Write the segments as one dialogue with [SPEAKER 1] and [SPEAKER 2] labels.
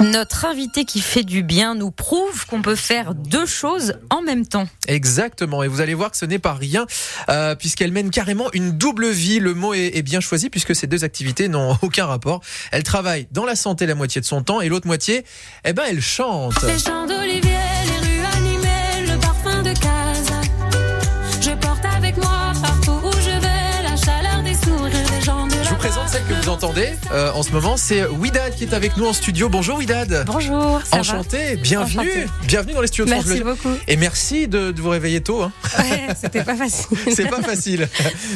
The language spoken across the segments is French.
[SPEAKER 1] Notre invité qui fait du bien nous prouve qu'on peut faire deux choses en même temps.
[SPEAKER 2] Exactement, et vous allez voir que ce n'est pas rien, euh, puisqu'elle mène carrément une double vie. Le mot est, est bien choisi, puisque ces deux activités n'ont aucun rapport. Elle travaille dans la santé la moitié de son temps, et l'autre moitié, eh ben, elle chante.
[SPEAKER 3] Les champs d'olivier, les rues animées, le parfum de casa. Je porte avec moi partout où je vais la chaleur des sourires des gens de
[SPEAKER 2] Je vous
[SPEAKER 3] la
[SPEAKER 2] présente celle que vous entendez euh, en ce moment, c'est Widad qui est avec nous en studio. Bonjour Widad
[SPEAKER 4] Bonjour, ça
[SPEAKER 2] Enchanté, bienvenue,
[SPEAKER 4] Enchantée.
[SPEAKER 2] bienvenue dans les studios
[SPEAKER 4] va
[SPEAKER 2] de France
[SPEAKER 4] Merci
[SPEAKER 2] Bleu.
[SPEAKER 4] beaucoup.
[SPEAKER 2] Et merci de, de vous réveiller tôt. hein.
[SPEAKER 4] Ouais, c'était pas facile.
[SPEAKER 2] C'est pas facile,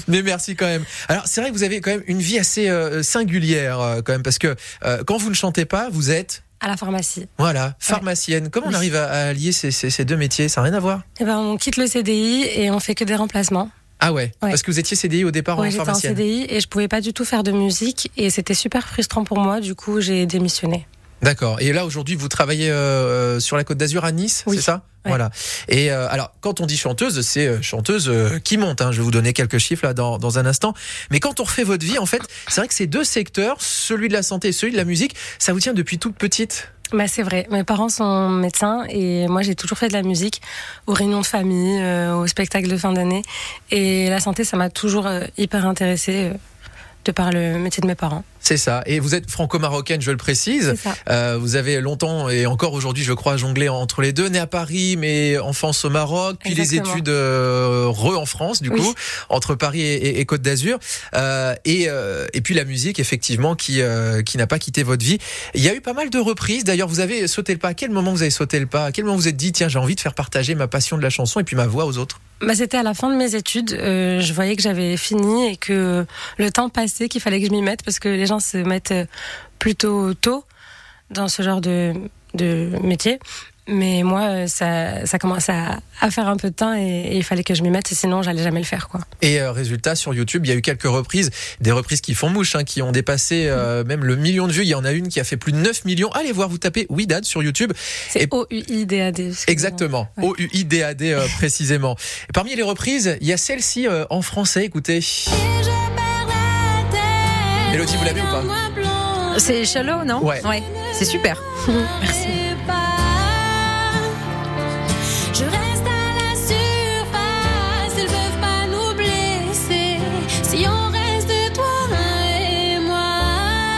[SPEAKER 2] mais merci quand même. Alors c'est vrai que vous avez quand même une vie assez euh, singulière euh, quand même parce que euh, quand vous ne chantez pas, vous êtes
[SPEAKER 4] À la pharmacie.
[SPEAKER 2] voilà pharmacienne. Comment on
[SPEAKER 4] Oui.
[SPEAKER 2] arrive à, à allier ces, ces- ces deux métiers Ça n'a rien à voir.
[SPEAKER 4] Eh ben, on quitte le CDI et on fait que des remplacements.
[SPEAKER 2] Ah ouais,
[SPEAKER 4] Ouais.
[SPEAKER 2] Parce que vous étiez CDI au départ
[SPEAKER 4] Ouais,
[SPEAKER 2] en
[SPEAKER 4] j'étais en
[SPEAKER 2] pharmacienne.
[SPEAKER 4] CDI et je pouvais pas du tout faire de musique et c'était super frustrant pour moi. Du coup, j'ai démissionné.
[SPEAKER 2] D'accord. Et là aujourd'hui, vous travaillez euh, euh, sur la Côte d'Azur à Nice,
[SPEAKER 4] Oui.
[SPEAKER 2] c'est ça
[SPEAKER 4] Ouais.
[SPEAKER 2] Voilà. Et euh, alors, quand on dit chanteuse, c'est euh, chanteuse euh, qui monte. hein. Je vais vous donner quelques chiffres là dans, dans un instant. Mais quand on refait votre vie, en fait, c'est vrai que ces deux secteurs, celui de la santé et celui de la musique, ça vous tient depuis toute petite.
[SPEAKER 4] Bah, c'est vrai. Mes parents sont médecins et moi, j'ai toujours fait de la musique aux réunions de famille, euh, aux spectacles de fin d'année. Et la santé, ça m'a toujours euh, hyper intéressée euh, de par le métier de mes parents.
[SPEAKER 2] C'est ça. Et vous êtes franco-marocaine, je le précise.
[SPEAKER 4] C'est ça.
[SPEAKER 2] Euh, vous avez longtemps et encore aujourd'hui, je crois, jonglé entre les deux. Né à Paris, mais enfance au Maroc, puis les
[SPEAKER 4] Exactement.
[SPEAKER 2] études euh, re en France, du
[SPEAKER 4] Oui.
[SPEAKER 2] coup, entre Paris et, et- et Côte d'Azur. Euh, et, euh, et puis la musique, effectivement, qui, euh, qui n'a pas quitté votre vie. Il y a eu pas mal de reprises. D'ailleurs, vous avez sauté le pas. À quel moment vous avez sauté le pas À quel moment vous vous êtes dit, tiens, j'ai envie de faire partager ma passion de la chanson et puis ma voix aux autres
[SPEAKER 4] Bah, c'était à la fin de mes études. euh, je voyais que j'avais fini et que le temps passait, qu'il fallait que je m'y mette parce que les gens se mettent euh, plutôt tôt dans ce genre de, de métier. Mais moi, euh, ça, ça commence à, à faire un peu de temps et, et il fallait que je m'y mette, sinon j'allais jamais le faire. quoi.
[SPEAKER 2] Et euh, résultat, sur YouTube, il y a eu quelques reprises, des reprises qui font mouche, hein, qui ont dépassé euh, même le million de vues. Il y en a une qui a fait plus de 9 millions. Allez voir, vous tapez Oui Dad sur YouTube. Et-
[SPEAKER 4] C'est O-U-I-D-A-D. excusez-moi.
[SPEAKER 2] Exactement, O-U-I-D-A-D euh, précisément. Et parmi les reprises, il y a celle-ci euh, en français, écoutez.
[SPEAKER 3] Et je perds la tête.
[SPEAKER 2] Mélodie, vous l'avez ou pas
[SPEAKER 3] dans moi blanc.
[SPEAKER 1] C'est Shallow, non
[SPEAKER 2] Ouais.
[SPEAKER 1] C'est super.
[SPEAKER 4] Merci.
[SPEAKER 3] pas. Je reste à la surface, ils peuvent pas nous blesser. Si on reste toi et moi.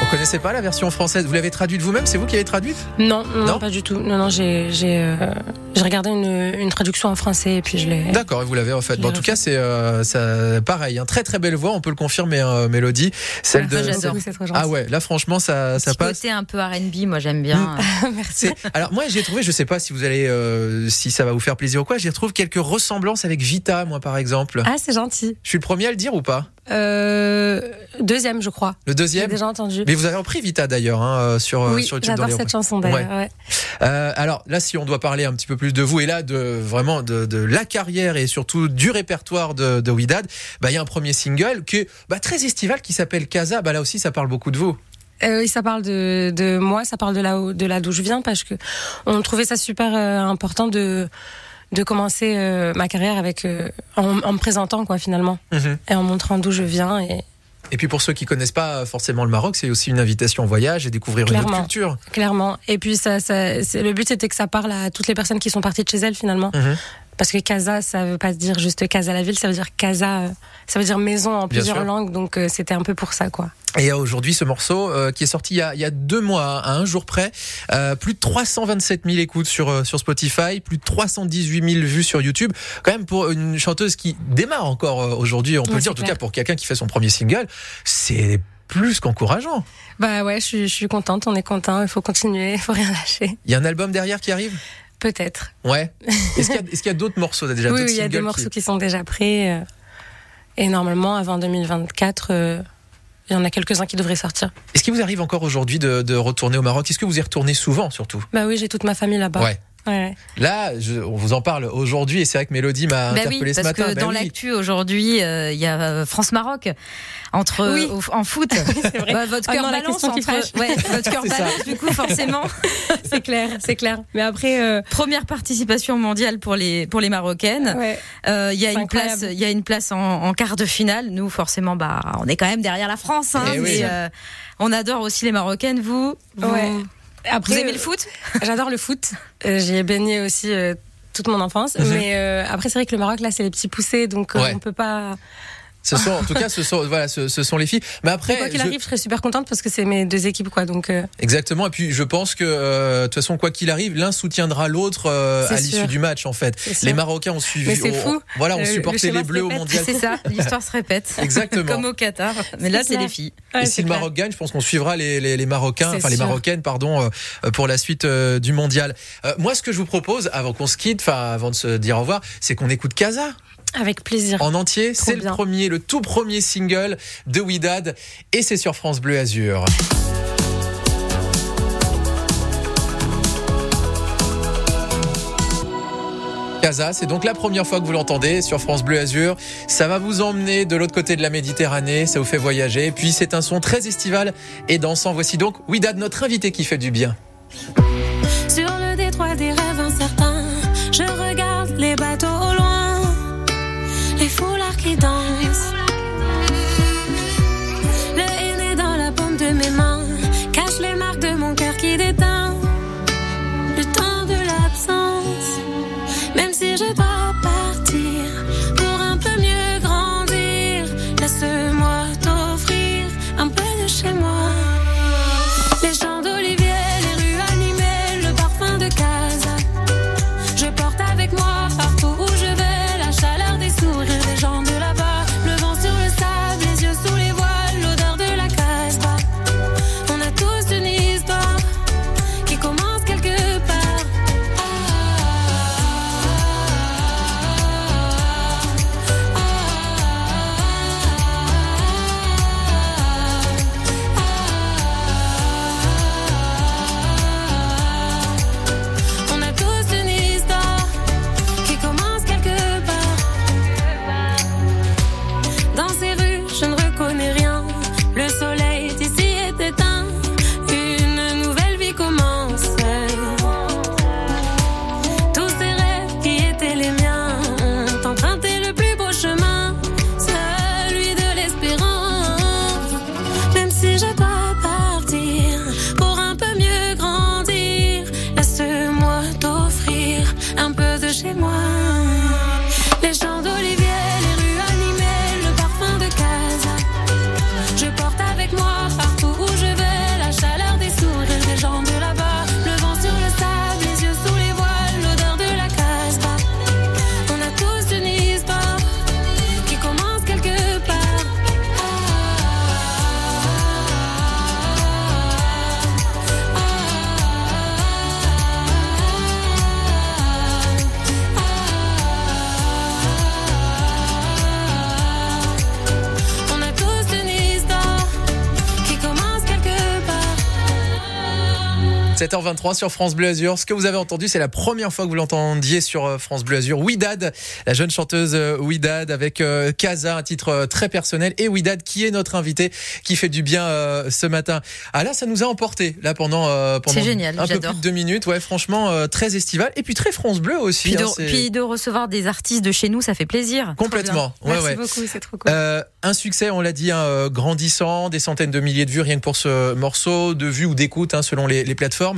[SPEAKER 2] Vous connaissez pas la version française Vous l'avez traduite vous-même C'est vous qui l'avez traduite
[SPEAKER 4] Non, non,
[SPEAKER 2] Non
[SPEAKER 4] pas du tout. Non, non, j'ai j'ai, euh, j'ai regardé une, une traduction en français et puis je l'ai.
[SPEAKER 2] D'accord, et vous l'avez refaite.
[SPEAKER 4] Je
[SPEAKER 2] Bon, en
[SPEAKER 4] l'ai
[SPEAKER 2] tout cas, c'est euh, ça- pareil, hein. très très belle voix, on peut le confirmer, hein, Mélodie. Celle de...
[SPEAKER 1] Ah, j'adore.
[SPEAKER 4] Oui, c'est trop gentil.
[SPEAKER 2] Ah ouais, là franchement, ça, ça
[SPEAKER 1] Petit
[SPEAKER 2] passe. Mmh. Ah,
[SPEAKER 1] côté un peu R&B, moi j'aime bien.
[SPEAKER 4] Merci.
[SPEAKER 2] C'est- Alors moi j'ai trouvé, je sais pas si vous allez, euh, si ça va vous faire plaisir ou quoi, j'y retrouve quelques ressemblances avec Vita, moi par exemple.
[SPEAKER 4] Ah, c'est gentil.
[SPEAKER 2] Je suis le premier à le dire ou pas
[SPEAKER 4] Euh, deuxième, je crois.
[SPEAKER 2] Le
[SPEAKER 4] J'ai
[SPEAKER 2] deuxième.
[SPEAKER 4] déjà entendu.
[SPEAKER 2] Mais vous avez repris Vita d'ailleurs hein, euh, sur euh,
[SPEAKER 4] oui,
[SPEAKER 2] sur YouTube dans
[SPEAKER 4] j'adore
[SPEAKER 2] les
[SPEAKER 4] cette chanson d'ailleurs. ouais.
[SPEAKER 2] Euh, alors là, si on doit parler un petit peu plus de vous et là de vraiment de, de la carrière et surtout du répertoire de, de Widad, bah il y a un premier single qui est bah, très estival qui s'appelle Casa. Bah là aussi, ça parle beaucoup de vous.
[SPEAKER 4] Euh, oui, ça parle de, de moi, ça parle de là, où- de là d'où je viens parce que on trouvait ça super euh, important de de commencer euh, ma carrière avec euh, en, en me présentant quoi finalement et en montrant d'où je viens et
[SPEAKER 2] Et puis pour ceux qui connaissent pas euh, forcément le Maroc, c'est aussi une invitation en voyage et découvrir une autre
[SPEAKER 4] Clairement.
[SPEAKER 2] culture.
[SPEAKER 4] clairement et puis ça, ça c'est- le but c'était que ça parle à toutes les personnes qui sont parties de chez elles finalement
[SPEAKER 2] Mhm.
[SPEAKER 4] parce que casa ça veut pas dire juste casa la ville ça veut dire casa euh, ça veut dire maison en
[SPEAKER 2] sûr.
[SPEAKER 4] plusieurs langues donc euh, c'était un peu pour ça quoi
[SPEAKER 2] Et aujourd'hui, ce morceau euh, qui est sorti il y, a, il y a deux mois, hein, à un jour près, euh, plus de 327 000 écoutes sur, euh, sur Spotify, plus de 318 000 vues sur YouTube. Quand même, pour une chanteuse qui démarre encore euh, aujourd'hui, on peut
[SPEAKER 4] Ouais,
[SPEAKER 2] le dire,
[SPEAKER 4] c'est
[SPEAKER 2] en tout
[SPEAKER 4] clair.
[SPEAKER 2] cas pour quelqu'un qui fait son premier single, c'est plus qu'encourageant.
[SPEAKER 4] Bah ouais, je suis, je suis contente, on est content, il faut continuer, il faut rien lâcher.
[SPEAKER 2] Il y a un album derrière qui arrive
[SPEAKER 4] Peut-être.
[SPEAKER 2] Ouais. Est-ce qu'il y a, est-ce qu'il y a d'autres morceaux là, déjà
[SPEAKER 4] Oui,
[SPEAKER 2] d'autres
[SPEAKER 4] oui, il y a
[SPEAKER 2] singles
[SPEAKER 4] des
[SPEAKER 2] qui-
[SPEAKER 4] morceaux qui sont déjà prêts. euh, et normalement, avant 2024, euh, il y en a quelques-uns qui devraient sortir.
[SPEAKER 2] Est-ce qu'il vous arrive encore aujourd'hui de, de retourner au Maroc Est-ce que vous y retournez souvent surtout
[SPEAKER 4] Bah oui, j'ai toute ma famille là-bas.
[SPEAKER 2] Ouais.
[SPEAKER 4] Ouais, ouais.
[SPEAKER 2] Là, je- on vous en parle aujourd'hui et c'est vrai que Mélodie
[SPEAKER 1] Bah
[SPEAKER 2] m'a
[SPEAKER 1] oui,
[SPEAKER 2] interpellé ce
[SPEAKER 1] parce
[SPEAKER 2] matin.
[SPEAKER 1] que
[SPEAKER 2] Bah
[SPEAKER 1] dans
[SPEAKER 2] oui.
[SPEAKER 1] l'actu aujourd'hui, euh, il y a euh, France-Maroc entre euh,
[SPEAKER 4] Oui.
[SPEAKER 1] au- en foot.
[SPEAKER 4] vrai.
[SPEAKER 1] Bah, votre
[SPEAKER 4] Ah
[SPEAKER 1] cœur
[SPEAKER 4] non, la
[SPEAKER 1] balance
[SPEAKER 4] question qui
[SPEAKER 1] entre ouais, votre cœur
[SPEAKER 2] C'est ça.
[SPEAKER 1] balance du coup forcément.
[SPEAKER 4] c'est clair, c'est clair. Mais après, euh,
[SPEAKER 1] Première participation mondiale pour les pour les marocaines.
[SPEAKER 4] ouais.
[SPEAKER 1] Euh, Il y a
[SPEAKER 4] C'est
[SPEAKER 1] une
[SPEAKER 4] incroyable.
[SPEAKER 1] place, il y a une place en, en quart de finale. Nous, forcément, bah, on est quand même derrière la France. Hein,
[SPEAKER 2] Eh oui.
[SPEAKER 1] mais, euh, on adore aussi les Marocaines. Vous, vous
[SPEAKER 4] Ouais.
[SPEAKER 5] Après,
[SPEAKER 1] Vous aimez
[SPEAKER 5] euh,
[SPEAKER 1] le foot
[SPEAKER 5] J'adore le foot. Euh, J'y ai baigné aussi euh, toute mon enfance.
[SPEAKER 2] Mhm.
[SPEAKER 5] Mais euh, après, c'est vrai que le Maroc, là, c'est les petits poussés, donc euh,
[SPEAKER 2] Ouais.
[SPEAKER 5] on peut pas.
[SPEAKER 2] Ce sont, en tout cas, ce sont, voilà, ce, ce sont les filles. Mais après,
[SPEAKER 5] Mais quoi qu'il
[SPEAKER 2] je-
[SPEAKER 5] arrive, je serais super contente parce que c'est mes deux équipes, quoi. Donc, euh,
[SPEAKER 2] exactement. Et puis, je pense que euh, de toute façon, quoi qu'il arrive, l'un soutiendra l'autre euh,
[SPEAKER 5] C'est
[SPEAKER 2] à l'issue
[SPEAKER 5] sûr.
[SPEAKER 2] du match, en fait.
[SPEAKER 5] c'est
[SPEAKER 2] Les
[SPEAKER 5] sûr.
[SPEAKER 2] Marocains ont suivi.
[SPEAKER 5] Mais c'est
[SPEAKER 2] ont-
[SPEAKER 5] fou.
[SPEAKER 2] Voilà,
[SPEAKER 5] Le-
[SPEAKER 2] ont
[SPEAKER 5] le
[SPEAKER 2] supporté
[SPEAKER 5] schéma
[SPEAKER 2] les
[SPEAKER 5] se
[SPEAKER 2] Bleus au
[SPEAKER 5] répète.
[SPEAKER 2] Mondial.
[SPEAKER 1] C'est ça, l'histoire se répète.
[SPEAKER 2] Exactement.
[SPEAKER 1] Comme au Qatar, mais
[SPEAKER 5] C'est
[SPEAKER 1] là c'est
[SPEAKER 5] clair.
[SPEAKER 1] les filles.
[SPEAKER 5] ouais,
[SPEAKER 2] Et
[SPEAKER 5] c'est
[SPEAKER 2] si le
[SPEAKER 5] clair.
[SPEAKER 2] Maroc gagne, je pense qu'on suivra les, les, les Marocains,
[SPEAKER 5] C'est
[SPEAKER 2] enfin les
[SPEAKER 5] sûr.
[SPEAKER 2] Marocaines, pardon, euh, euh, pour la suite euh, du mondial. Euh, moi, ce que je vous propose, avant qu'on se quitte, enfin avant de se dire au revoir, c'est qu'on écoute Kaza
[SPEAKER 5] Avec plaisir.
[SPEAKER 2] en entier.
[SPEAKER 5] Trop
[SPEAKER 2] C'est le
[SPEAKER 5] bien.
[SPEAKER 2] premier, le tout premier single de Widad, et c'est sur France Bleu Azur. Casa, c'est donc la première fois que vous l'entendez sur France Bleu Azur. Ça va vous emmener de l'autre côté de la Méditerranée, ça vous fait voyager. Et puis c'est un son très estival et dansant. Voici donc Widad, notre invité qui fait du bien.
[SPEAKER 4] Sur le détroit des rêves incertains, je regarde les bateaux au loin, les foulards qui dansent. Le henné dans la paume de mes mains cache les marques de mon cœur qui déteint. Le temps de l'absence, même si je dois partir pour un peu mieux grandir, laisse-moi t'offrir un peu de chez moi. Les champs d'olivier, les rues animées, le parfum de casa. Je porte avec moi partout où je vais la chaleur des sourires des gens de là-bas. Le vent sur le sable, les yeux sous les voiles, l'odeur de la casa. On a tous une histoire qui commence quelque part. Ah, ah, ah, ah, ah, ah. On a tous une histoire qui commence quelque part. Dans ces rues, je ne reconnais rien. Le soleil d'ici est éteint. Une nouvelle vie commence. Tous ces rêves qui étaient les miens ont emprunté le plus beau chemin, celui de l'espérance. Même si je dois partir pour un peu mieux grandir, laisse-moi t'offrir un peu de chez moi. Les champs d'olivier, les rues animées, le parfum de casa. Je porte avec moi partout où je vais la chaleur des sourires des gens de là-bas. Le vent sur le sable, les yeux sous les voiles, l'odeur de la casbah. On a tous une histoire qui commence quelque part. Ah, ah, ah, ah, ah, ah. On a tous une histoire qui commence quelque part.
[SPEAKER 2] 7h23 sur France Bleu Azur. Ce que vous avez entendu, c'est la première fois que vous l'entendiez sur euh, France Bleu Azur. Widad, la jeune chanteuse euh, Widad avec euh, Kaza, un titre euh, très personnel. Et Widad, qui est notre invité, qui fait du bien euh, ce matin. Ah là, ça nous a emporté là pendant, euh, pendant
[SPEAKER 1] C'est génial,
[SPEAKER 2] un peu
[SPEAKER 1] j'adore.
[SPEAKER 2] plus de deux minutes. Ouais, franchement, euh, très estival. Et puis très France Bleu aussi.
[SPEAKER 1] Puis de,
[SPEAKER 2] hein, c'est-
[SPEAKER 1] puis de recevoir des artistes de chez nous, ça fait plaisir.
[SPEAKER 2] Complètement. Ouais,
[SPEAKER 5] Merci
[SPEAKER 2] ouais.
[SPEAKER 5] beaucoup, c'est trop cool.
[SPEAKER 2] Euh, un succès, on l'a dit, hein, euh, grandissant, des centaines de milliers de vues rien que pour ce morceau, de vues ou d'écoutes hein, selon les, les plateformes.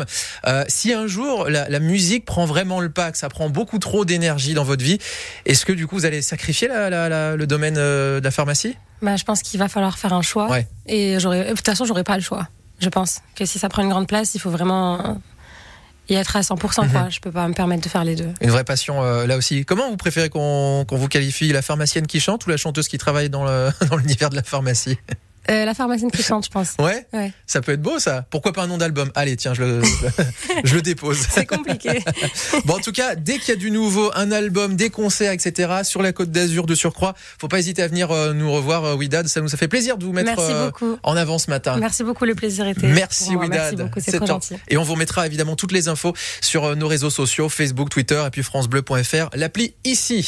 [SPEAKER 2] Euh, si un jour la, la musique prend vraiment le pas, que ça prend beaucoup trop d'énergie dans votre vie, est-ce que du coup vous allez sacrifier la- la- la- le domaine euh, de la pharmacie
[SPEAKER 5] Bah, je pense qu'il va falloir faire un choix.
[SPEAKER 2] Ouais.
[SPEAKER 5] Et j'aurais, de toute façon, j'aurais pas le choix. Je pense que si ça prend une grande place, il faut vraiment y être à 100%. Quoi.
[SPEAKER 2] Mhm.
[SPEAKER 5] Je peux pas me permettre de faire les deux.
[SPEAKER 2] Une vraie passion euh, là aussi. Comment vous préférez qu'on qu'on vous qualifie la pharmacienne qui chante ou la chanteuse qui travaille dans le- dans l'univers de la pharmacie
[SPEAKER 5] Euh, la pharmacienne qui chante, je pense.
[SPEAKER 2] ouais,
[SPEAKER 5] Ouais.
[SPEAKER 2] ça peut être beau ça. Pourquoi pas un nom d'album Allez, tiens, je le, je le dépose.
[SPEAKER 5] C'est compliqué.
[SPEAKER 2] Bon, en tout cas, dès qu'il y a du nouveau, un album, des concerts, etc., sur la Côte d'Azur de surcroît, faut pas hésiter à venir euh, nous revoir, euh, Widad. Ça nous ça fait plaisir de vous mettre
[SPEAKER 5] Merci
[SPEAKER 2] euh,
[SPEAKER 5] beaucoup.
[SPEAKER 2] en avant ce matin.
[SPEAKER 5] Merci beaucoup, le plaisir était.
[SPEAKER 2] Merci,
[SPEAKER 5] pour moi. Merci
[SPEAKER 2] Widad.
[SPEAKER 5] beaucoup, c'est
[SPEAKER 2] C'est
[SPEAKER 5] trop
[SPEAKER 2] temps.
[SPEAKER 5] gentil.
[SPEAKER 2] Et on vous mettra évidemment toutes les infos sur euh, nos réseaux sociaux, Facebook, Twitter et puis francebleu.fr, l'appli ici.